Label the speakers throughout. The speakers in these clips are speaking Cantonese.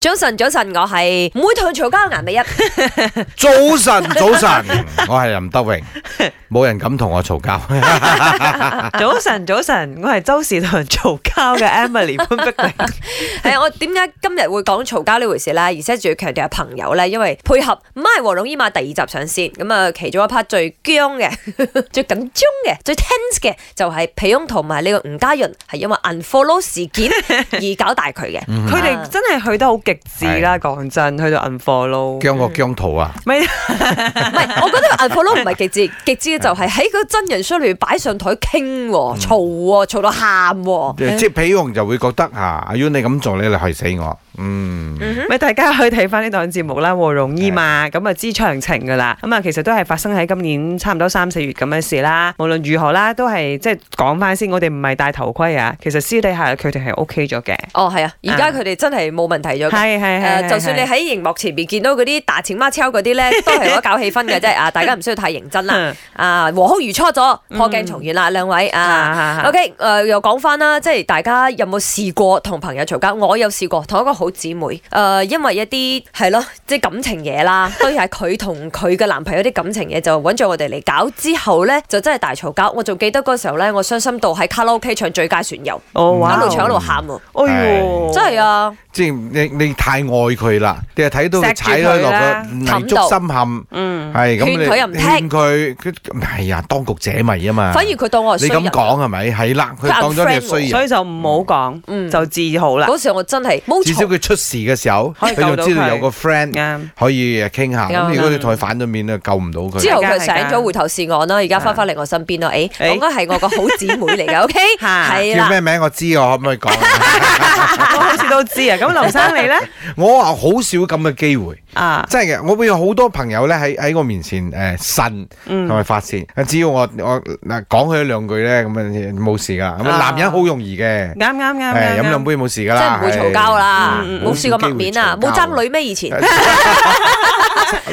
Speaker 1: 早晨，早晨，我係唔會同佢嘈交嘅顏美一，
Speaker 2: 早 晨，早晨，我系林德 榮，冇人敢同我嘈交。
Speaker 3: 早晨，早晨，我係周時同人嘈交嘅 Emily 潘碧玲。
Speaker 1: 係啊，我點解今日會講嘈交呢回事咧？而且仲要強調係朋友咧，因為配合《唔係和龍伊馬》第二集上線，咁啊，其中一 part 最僵嘅、 最緊張嘅、最 tense 嘅就係皮翁同埋呢個吳家潤係因為 unfollow 事件而搞大佢嘅。
Speaker 3: 佢哋真係去得好極致啦，講真，去到 unfollow。
Speaker 2: 姜個姜圖啊，
Speaker 3: 咪
Speaker 1: 唔係，我覺得 unfollow 唔係極致， 極致嘅就係喺個真人 show 裏面擺上台傾喎，嘈喎，嘈到喊喎。
Speaker 2: 即係皮勇就會覺得啊，阿 U 你咁做你嚟害死我。嗯，
Speaker 3: 咪大家去睇翻呢檔節目啦，和容醫嘛，咁啊知詳情噶啦。咁啊，其實都係發生喺今年差唔多三四月咁嘅事啦。無論如何啦，都係即係講翻先，我哋唔係戴頭盔啊。其實私底下佢哋係 OK 咗嘅。
Speaker 1: 哦，係啊，而家佢哋真係冇問題咗嘅。
Speaker 3: 係啊
Speaker 1: 誒、
Speaker 3: 係係，
Speaker 1: 就算你喺熒幕前面見到嗰啲大錢孖超嗰啲咧，都係攞搞氣氛嘅啫。啊，大家唔需要太認真啦。
Speaker 3: 啦，
Speaker 1: 啊，和好如初咗，破鏡重圓啦，兩位啊。
Speaker 3: 啊
Speaker 1: OK，誒、又講翻啦，即係大家有冇試過同朋友嘈交？我有試過同一個好姊妹，誒、因為一啲係咯，即係感情嘢啦，當然係佢同佢嘅男朋友啲感情嘢就揾咗我哋嚟搞，之後咧就真係大嘈交。我仲記得嗰時候咧，我傷心到喺卡拉 OK 唱《最佳船友
Speaker 3: 哦》，
Speaker 1: 一
Speaker 3: 哇，
Speaker 1: 路唱一路喊喎，
Speaker 3: 哎呦，
Speaker 1: 真係啊！
Speaker 2: 即係你你太愛佢啦，你係睇到佢踩咗落個泥足深陷，
Speaker 3: 嗯，
Speaker 2: 係咁
Speaker 1: 勸
Speaker 2: 你
Speaker 1: 佢又唔聽
Speaker 2: 勸佢，佢係啊，當局者迷啊嘛。
Speaker 1: 反而佢當我係
Speaker 2: 你
Speaker 1: 衰人
Speaker 2: 咁。講係咪？係啦，佢
Speaker 1: 佢
Speaker 2: 當咗你
Speaker 1: unfriend
Speaker 2: 係衰
Speaker 3: 所
Speaker 2: 人，
Speaker 3: 以就唔好講，
Speaker 1: 嗯
Speaker 3: 就自豪啦。
Speaker 1: 嗰時候我真係冇啊
Speaker 2: 至少
Speaker 1: 嘈，
Speaker 2: 佢出事嘅時候，
Speaker 3: 可以
Speaker 2: 佢
Speaker 3: 救到
Speaker 2: 就知道
Speaker 3: 佢
Speaker 2: 有個 friend
Speaker 3: 啱。
Speaker 2: 可以誒傾下。
Speaker 1: 啱
Speaker 2: 咁如果你同佢反咗面咧，救唔到佢。
Speaker 1: 之後
Speaker 3: 大家
Speaker 1: 佢
Speaker 3: 係
Speaker 1: 醒咗
Speaker 3: 㗎
Speaker 1: 回頭是岸啦，而家翻返嚟我身邊啦。誒，講
Speaker 3: 誒
Speaker 1: 緊係我個好姊妹嚟嘅，OK，
Speaker 3: 嚇
Speaker 1: 係
Speaker 2: 叫
Speaker 1: 啦。啊
Speaker 2: 咩名我知，我可唔可以講？
Speaker 3: 我好似都知啊。咁劉生你 咧？
Speaker 2: 我話好少咁嘅機會，
Speaker 3: 啊，
Speaker 2: 真係嘅。我會有好多朋友咧喺喺我面前誒呻同
Speaker 3: 嗯，
Speaker 2: 埋發泄。啊只要我我嗱講佢一兩句咧，咁樣冇事噶。咁
Speaker 3: 啊
Speaker 2: 男人好容易嘅，
Speaker 3: 啱啱啱
Speaker 2: 係
Speaker 3: 啱
Speaker 2: 飲兩
Speaker 1: 啊
Speaker 3: 啱。
Speaker 2: 杯冇事噶
Speaker 1: 真係
Speaker 2: 啦，
Speaker 1: 唔會嘈交啦，
Speaker 3: 嗯嗯
Speaker 1: 冇試過抹面啊，冇爭女咩以前，唔
Speaker 2: 係。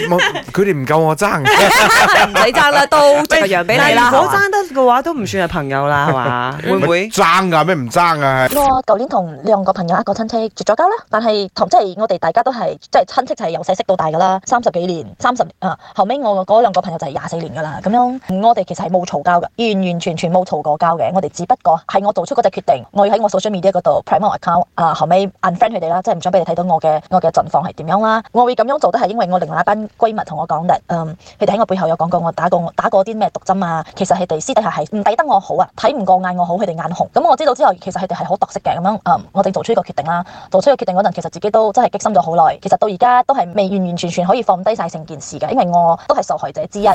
Speaker 2: 冇佢哋唔夠我爭，
Speaker 1: 使爭啦，都直頭讓俾你啦，
Speaker 3: 如
Speaker 1: 係
Speaker 3: 果
Speaker 1: 嘛
Speaker 3: 爭得嘅話，都唔算係朋友啦，係 嘛？會唔會？
Speaker 2: 爭㗎咩唔爭啊？
Speaker 4: 我舊年同兩個朋友一個親戚絕咗交啦，但係同即係我哋大家都係即係親戚就係由細識到大噶啦，三十幾年，三十啊後尾我嗰兩個朋友就係廿四年噶啦，咁樣我哋其實係冇嘈交嘅，完完全全冇嘈過交嘅，我哋只不過係我做出嗰隻決定，我要喺我 social media 嗰度 private account 啊後尾 unfriend 佢哋啦，即係唔想俾你睇到我嘅我嘅近況係點樣啦，我會咁樣做都係因為我另外一班閨蜜同我講嘅，嗯。佢哋喺我背後有講過我打過我打過啲咩毒針啊，其實佢哋私底下係唔抵得我好啊，睇唔過眼我好，佢哋眼紅。咁我知道之後，其實佢哋係好毒色嘅咁樣。嗯，我哋做出呢個決定啦，做出呢個決定嗰陣，其實自己都真係激心咗好耐。其實到而家都係未完完全全可以放低晒成件事嘅，因為我都係受害者之一。